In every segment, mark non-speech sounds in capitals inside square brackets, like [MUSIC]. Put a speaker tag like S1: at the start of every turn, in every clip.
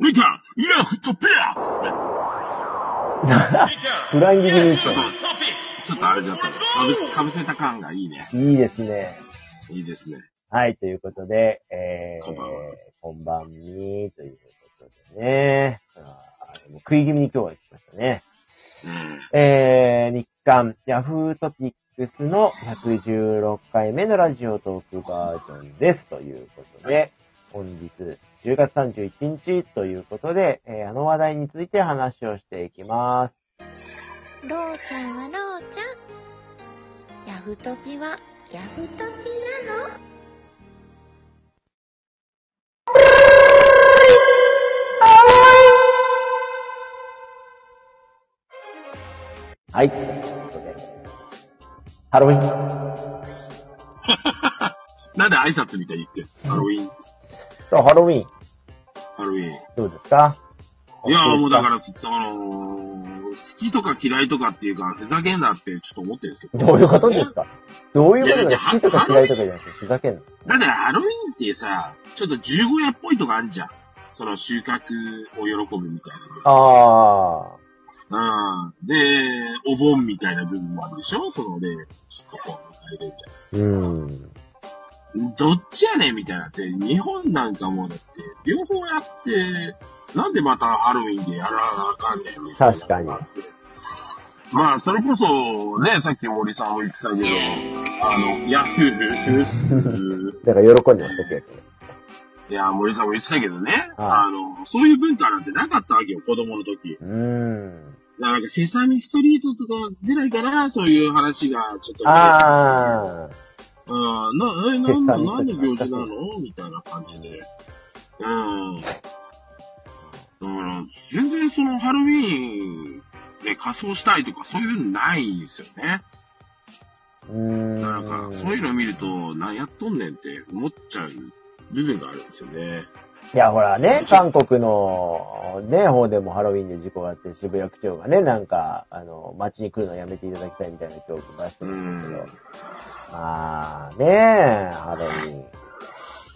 S1: Rita, look to pick!
S2: フライング気味に打っちゃ
S1: ちょっとあれだと、かぶせ、かぶせた感がいいね。
S2: う。いいですね。
S1: いいですね。
S2: はい、ということで、えー、
S1: こんばんは
S2: こんばんみ、ということでね。あーもう食い気味に今日は来ましたね。
S1: うん。
S2: えー、日刊ヤフートピックスの116回目のラジオトークバージョンです。ということで、本日10月31日ということで、えーあの話題について話をしていきます。
S3: ろうちゃんはろうちゃん。ヤフトピはヤフトピなの
S2: はい。ということで、ハロウィン。
S1: なんで挨拶みたいに言ってハロウィン、
S2: そう、ハロウィン。
S1: ハロウィン。
S2: どうですか。
S1: いやーもうだからら、その、好きとか嫌いとかっていうか、ふざけんなってちょっと思ってるんですけど。
S2: どういうことですかどういうこと
S1: いやい
S2: で
S1: や
S2: すか好きとか嫌いとかじゃなくて、ふざけんな。
S1: だってハロウィンってさ、ちょっと十五夜っぽいとこあんじゃん。その収穫を喜ぶみたい
S2: あ
S1: な。うん。で、お盆みたいな部分もあるでしょそのね、ちょっとこう、あれでみたいな。
S2: ー。うん。
S1: どっちやねんみたいなって、日本なんかもうだって、両方やって、なんでまたハロウィンでやらなあかんねんみたいな。
S2: 確かに。
S1: まあ、それこそ、ね、さっき森さんも言ってたけど、あの、ヤフ
S2: [LAUGHS]
S1: ー
S2: だから喜んでましたけど。
S1: いや、森さんも言ってたけどね、
S2: は
S1: あの、そういう文化なんてなかったわけよ、子供の時。
S2: うーん。
S1: だからなんか、セサミストリートとか出ないかな、そういう話が、ちょっと。
S2: あ
S1: うん、な、え、なんだ、
S2: 決算
S1: 何
S2: 見
S1: の
S2: て
S1: 行
S2: た
S1: 事なのみたいな感じで。うん。だから、全然そのハロウィーンで仮装したいとかそういうのないんですよね。
S2: ー。うーん。
S1: なんか、そういうの見ると、何やっとんねんって思っちゃう部分があるんですよね。
S2: いや、ほらね、韓国の、ね、方でもハロウィンで事故があって、渋谷区長がね、なんか、あの、街に来るのやめていただきたいみたいな教訓出して
S1: う
S2: るんですけ
S1: ん
S2: ど。。まあ、ねえ、ハロウィン。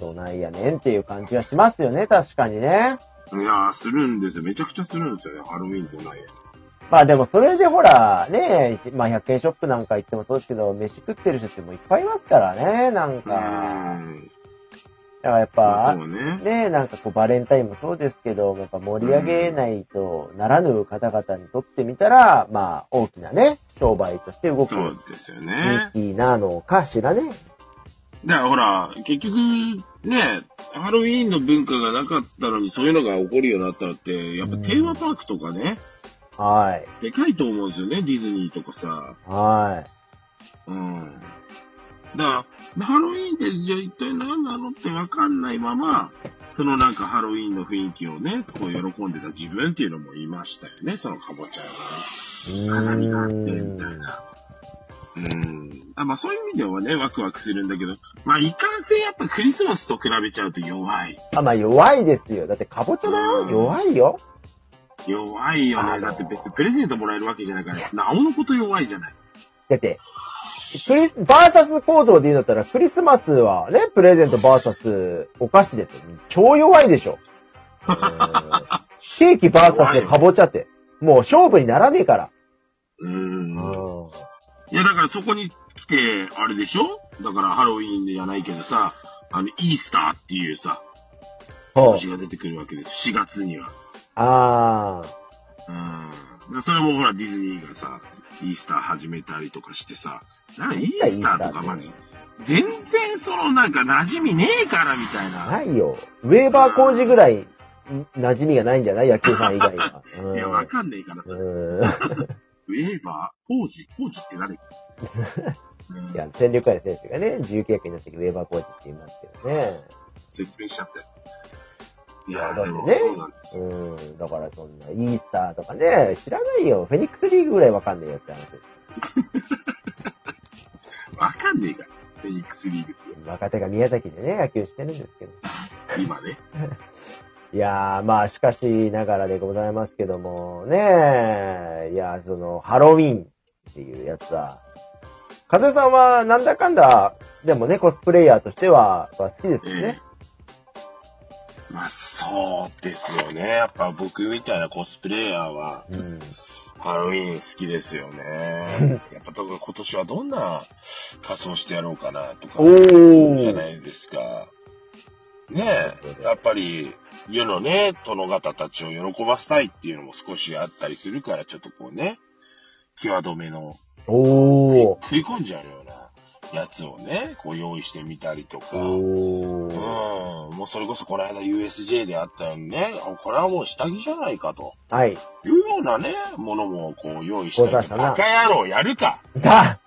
S2: どないやねんっていう感じがしますよね、確かにね。
S1: いやー、するんですよ。めちゃくちゃするんですよね。ハロウィーンとない。
S2: まあでもそれでほら、ねえ、まあ100円ショップなんか行ってもそうですけど、飯食ってる人ってもういっぱいいますからね、なん
S1: う
S2: か。
S1: ん。
S2: だからやっ
S1: まあ、
S2: ぱ
S1: そ、うね。
S2: ねえ、なんかこうバレンタインもそうですけど、やっぱ盛り上げないとならぬ方々にとってみたら、まあ大きなね、商売として動く
S1: そうですよね
S2: ミ。キーなのかしらね。
S1: だからほら、結局、ね、ハロウィーンの文化がなかったのにそういうのが起こるようになったのって、やっぱテーマパークとかね、
S2: はい。
S1: でかいと思うんですよね、ディズニーとかさ。
S2: はい。
S1: うん。だから、ハロウィーンってじゃあ一体何なのってわかんないまま、そのなんかハロウィーンの雰囲気をね、こう喜んでた自分っていうのもいましたよね、そのカボチャが、飾りがあって、みたいな。うん。あまあそういう意味ではね、ワクワクするんだけど、まあいかんせんやっぱクリスマスと比べちゃうと弱い。
S2: あ、まあ弱いですよ。だってカボチャだよ。弱いよ。
S1: 弱いよ
S2: あ
S1: ね。
S2: の
S1: だって別にプレゼントもらえるわけじゃないから、なおのこと弱いじゃない。
S2: だって、クリス、バーサス構造で言うんだったら、クリスマスはね、プレゼントバーサスお菓子ですよ。超弱いで
S1: [LAUGHS]
S2: しょ。うーんケーキバーサスでカボチャって、もう勝負にならねえから。
S1: うん
S2: う。ん
S1: いやだからそこに来て、あれでしょだからハロウィーンじゃないけどさ、あの、イースターっていうさ、
S2: そう
S1: 星が出てくるわけです。4月には。
S2: あ
S1: うん。でそれもほらディズニーがさ、イースター始めたりとかしてさ、なんかイースターとかマジ、全然そのなんか馴染みねえからみたい
S2: あ、
S1: な。
S2: ないよ。ウェーバー工事ぐらい、ん馴染みがないんじゃない野球ファン以外は。
S1: [LAUGHS]
S2: うん
S1: いや、わかんねえからさ。
S2: うん
S1: ウェーバーコージコージって [LAUGHS] 誰うん
S2: いや、戦力外の選手がね、自由契約になってウェーバー工事って言いますけどね。
S1: 説明しちゃったよ。い
S2: や
S1: やー、
S2: だって
S1: でも、
S2: ね
S1: そうなんですよ。
S2: うん、だからそんな、イースターとかね、知らないよ。フェニックスリーグぐらいわかんないよって話です。
S1: わかんねえから、フェニックスリーグって。
S2: 若手が宮崎でね、野球してるんですけど。
S1: 今ね。
S2: いやー、まあ、しかしながらでございますけども、ねえ、いやー、その、ハロウィンっていうやつは、和代さんはなんだかんだ、でもね、コスプレイヤーとしては、は好きですよ
S1: え
S2: ね。
S1: えまあ、そうですよね。やっぱ僕みたいなコスプレイヤーは、
S2: うん。
S1: ハロウィーン好きですよ
S2: [LAUGHS]
S1: ね。やっぱ、だから今年はどんな仮装してやろうかな、とか、
S2: おー
S1: じゃないですか。ねえ、やっぱり、世のね、殿方たちを喜ばせたいっていうのも少しあったりするから、ちょっとこうね、際止めの
S2: おー。
S1: 食い込んじゃうようなやつをね、こう用意してみたりとか。
S2: お
S1: う
S2: ー。
S1: ん。もうそれこそこの間 USJ であったようにね、あこれはもう下着じゃないかと。
S2: はい。
S1: いうようなね、ものもこう用意して
S2: こう出したな
S1: バカ野郎やるか
S2: だ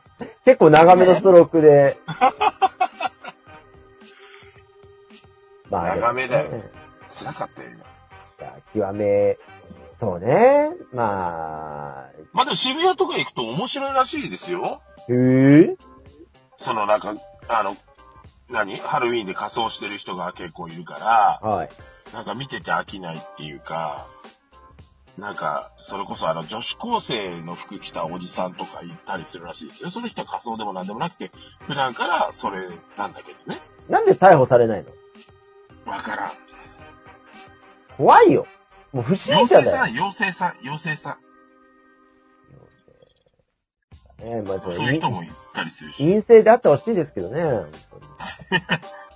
S2: 結構長めのストロークで。まあ
S1: 長めだよ
S2: でもね
S1: 辛かったよ、今。
S2: いや極め、そうね。まあ、
S1: まあ、でも渋谷とか行くと面白いらしいですよ。
S2: えー、
S1: そのなんか、あの、何ハロウィーンで仮装してる人が結構いるから、
S2: はい。
S1: なんか見てて飽きないっていうか、なんか、それこそあの、女子高生の服着たおじさんとかいたりするらしいですよ。その人は仮装でもなんでもなくて、普段からそれなんだけどね。
S2: なんで逮捕されないの
S1: わからん。
S2: 怖いよ。もう不審者
S1: 妖精
S2: だ
S1: さ
S2: よ。
S1: ん、妖精さん、妖精さん。
S2: ねまあ、そ
S1: そうういう人もいたりするし。い
S2: 陰性であってほしいですけどね。本当に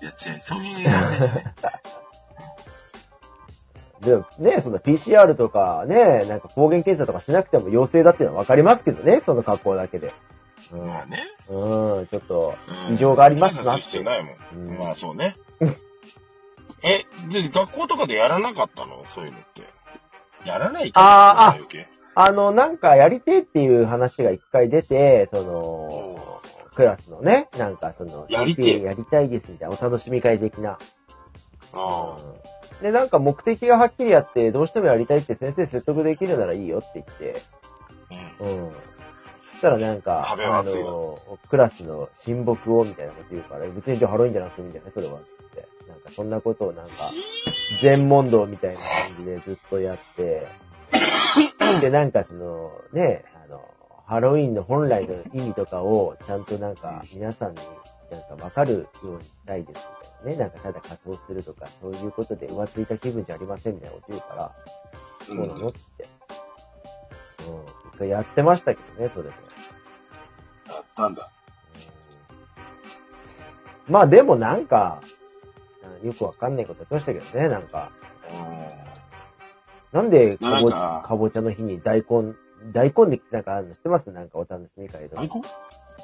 S1: や、違う、そういう
S2: [LAUGHS]
S1: 妖精じゃない。
S2: でもね、そんな PCR とかね、なんか抗原検査とかしなくても陽性だっていうのはわかりますけどね、その格好だけで。う
S1: まあね。
S2: ん、うん、ちょっと、
S1: うん
S2: 異常がありますな
S1: 検査する必要ないもん。
S2: うん
S1: まあそうね。え、で、学校とかでやらなかったのそういうのって。やらない
S2: あーあ
S1: あ、余計
S2: あの、なんかやりてえっていう話が一回出て、その、クラスのね、なんかその、
S1: やりてえ
S2: CP やりたいですみたいな、お楽しみ会的な。
S1: あ
S2: うんで、なんか目的がはっきりあって、どうしてもやりたいって先生説得できるならいいよって言って、
S1: ーうん
S2: うん。そしたらなんか、
S1: 壁は厚いわ
S2: の、クラスの親睦をみたいなこと言うから、別にじゃあハロウィンじゃなくてもいいんじゃないそれは。って。なんかそんなことをなんか、全問答みたいな感じでずっとやって、で、なんかその、ね、あの、ハロウィンの本来の意味とかを、ちゃんとなんか、皆さんに、なんかわかるようにしたいですみたいなね。なんかただ仮装するとか、そういうことで浮ついた気分じゃありませんみたいなこと言うから、そうなのって。うん。一回やってましたけどね、それで。
S1: やったんだ。
S2: うんまあでもなんか、よくわかんないことやってましたけどね、なんか。なんでか
S1: なん
S2: ぼ、
S1: か
S2: かぼちゃの日に大根、大根で、なんかあるの知ってますなんかお楽しみ会と
S1: アイ
S2: か。
S1: コン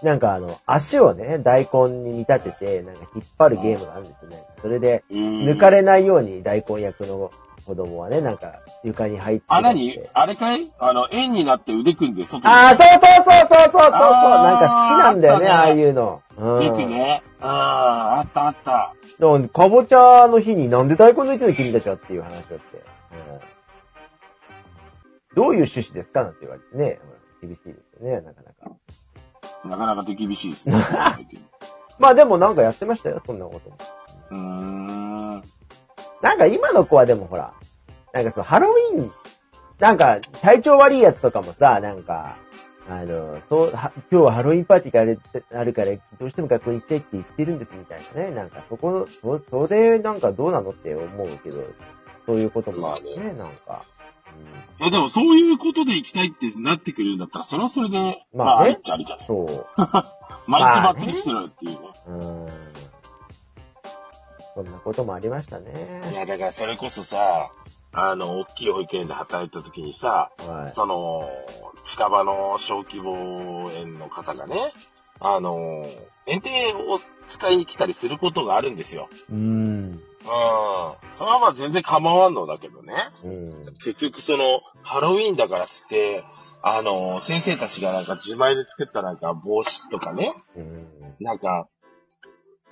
S2: なんかあの、足をね、大根に見立てて、なんか引っ張るゲームがあるんですよね。それで、抜
S1: 抜
S2: かれないように大根役の子供はね、なんか床に入って。
S1: あ、なにあれかいあの、円になって腕組んで外に
S2: ああ、そうそうそうそうそうそうそうなんか好き
S1: あー
S2: なんだよね、あ
S1: あっ
S2: あ
S1: たね
S2: いうの。うん。
S1: 行くね。ああ、あったあった。
S2: だからかぼちゃの日になんで大根抜いてるの君たちはっていう話だって。うんどういう趣旨ですかなんて言われてね。うん厳しいですよね、なかなか。
S1: なかなか手厳しい
S2: [LAUGHS]
S1: ですね。
S2: まあでもなんかやってましたよ、そんなことも。
S1: うーん。
S2: なんか今の子はでもほら、なんかそのハロウィン、なんか体調悪いやつとかもさ、なんか、あの、そう、は今日はハロウィンパーティーがあるあるから、どうしても学校に行きたいって言ってるんですみたいなね。なんかそこ、そ、それなんかどうなのって思うけど、そういうこともある
S1: まあ
S2: ね、なんか。
S1: いや、でもそういうことで行きたいってなってくるんだったら、それはそれで、
S2: ま
S1: ま
S2: あ
S1: あ、あ
S2: ね
S1: りっちゃありじゃ
S2: う
S1: なんい。
S2: そう。
S1: 毎日
S2: まあね
S1: 祭りしてるっていうね。
S2: うーん。そんなこともありました
S1: い
S2: ね。
S1: や、だからそれこそさ、あの、大きい保育園で働いた時にさ、
S2: はい。
S1: その、近場の小規模園の方がね、あの、園庭を使いに来たりすることがあるんですよ。
S2: うーん。
S1: うん。それはまあ全然構わんのだけどね。
S2: うん。
S1: 結局その、ハロウィーンだからっつって、あの、先生たちがなんか自前で作ったなんか帽子とかね、
S2: うん。
S1: なんか、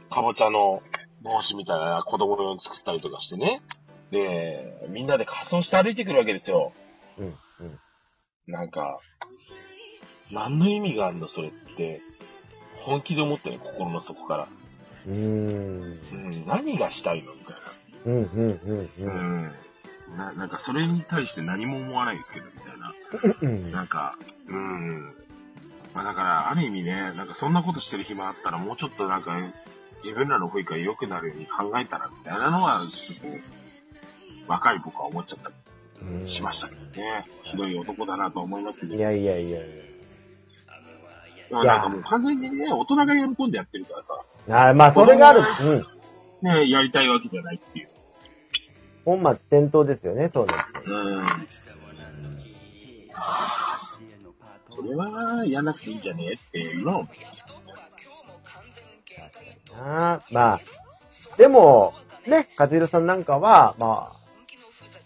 S1: かぼちゃの帽子みたいな子供用に作ったりとかしてね。で、みんなで仮装して歩いてくるわけですよ。
S2: うん。うん。
S1: なんか、何の意味があるのそれって。本気で思ったよ、心の底から。
S2: うーん。
S1: うん、何がしたいのみたい
S2: うん。うん。うん。う
S1: な。
S2: ん。
S1: ん。な、なんかそれに対して何も思わないんですけど、みたいな。
S2: うん
S1: なんか、うん。まあだから、ある意味ね、なんかそんなことしてる暇あったら、もうちょっとなんか、自分らの保育が良くなるように考えたら、みたいなのは、ちょっとこう、若い僕は思っちゃった
S2: うん
S1: りしましたけどね。ひどい男だなとは思いますけど。
S2: いやいやいやい
S1: まあなんかもう完全にね、大人が喜んでやってるからさ、
S2: や。あーまあ、それがある。うん。
S1: ね、やりたいわけじゃないっていう。
S2: 本末転倒ですよね、そうです。
S1: うん。それはやんなくていいんじゃねえっていうのを、
S2: あーまあ、でも、ね、和弘さんなんかは、まあ、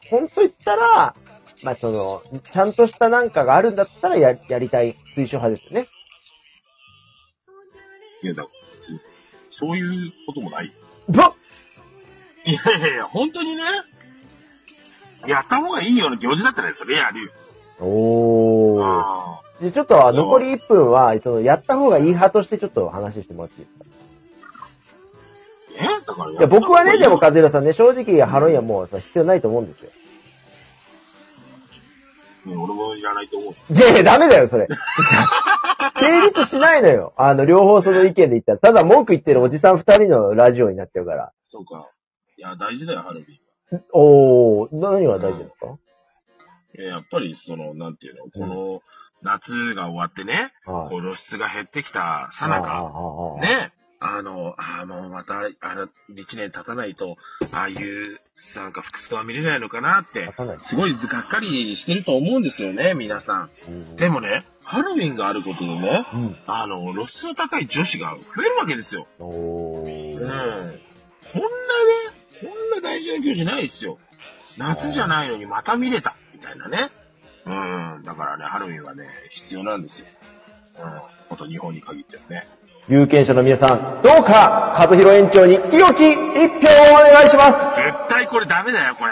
S2: 本当言ったら、まあその、ちゃんとしたなんかがあるんだったらや、やりたい推奨派ですよね。
S1: いやだから別にそういうこともない。
S2: ぶっ
S1: いやいやいや、本当にね、やった方がいいような行事だったらそれやるよ。
S2: おー。
S1: あ
S2: で、ちょっと、残り1分は、その、やった方がいい派としてちょっと話してもらっていいですか
S1: ーえだから
S2: いや、僕は [LAUGHS] ね、でも、
S1: か、
S2: 和弘さんね、正直、ハロウィンはもうさ、必要ないと思うんですよ。
S1: うん俺もいらないと思う。
S2: いやいや、ダメだよ、そ [LAUGHS] れ。成立しないのよ。あの、両方その意見で言ったら。ただ文句言ってるおじさん二人のラジオになっちゃうから。
S1: そうか。いや、大事だよ、ハロウィン
S2: おー、何が大事ですか、
S1: えーやっぱり、その、なんていうの、この、夏が終わってね、
S2: は
S1: こ
S2: い。
S1: う露出が減ってきたさなか、
S2: あ
S1: ね、あの、ああ、もうまた、あの、一年経たないと、ああいう、なんか服装は見れないのかなって
S2: わ、かんない。
S1: すごいがっかりしてると思うんですよね、皆さん。
S2: うん
S1: でもね、ハロウィンがあることでね、
S2: うん。
S1: あの、露出の高い女子が増えるわけですよ。
S2: お
S1: うん。
S2: ー。
S1: こんなね、こんな大事な行事ないですよ。夏じゃないのにまた見れた、みたいなね。うん。だからね、ハロウィンはね、必要なんですよ。うん。こと日本に限ってはね。
S2: 有権者の皆さん、どうか、和弘園長に清き一票をお願いします
S1: 絶対これダメだよ、これ。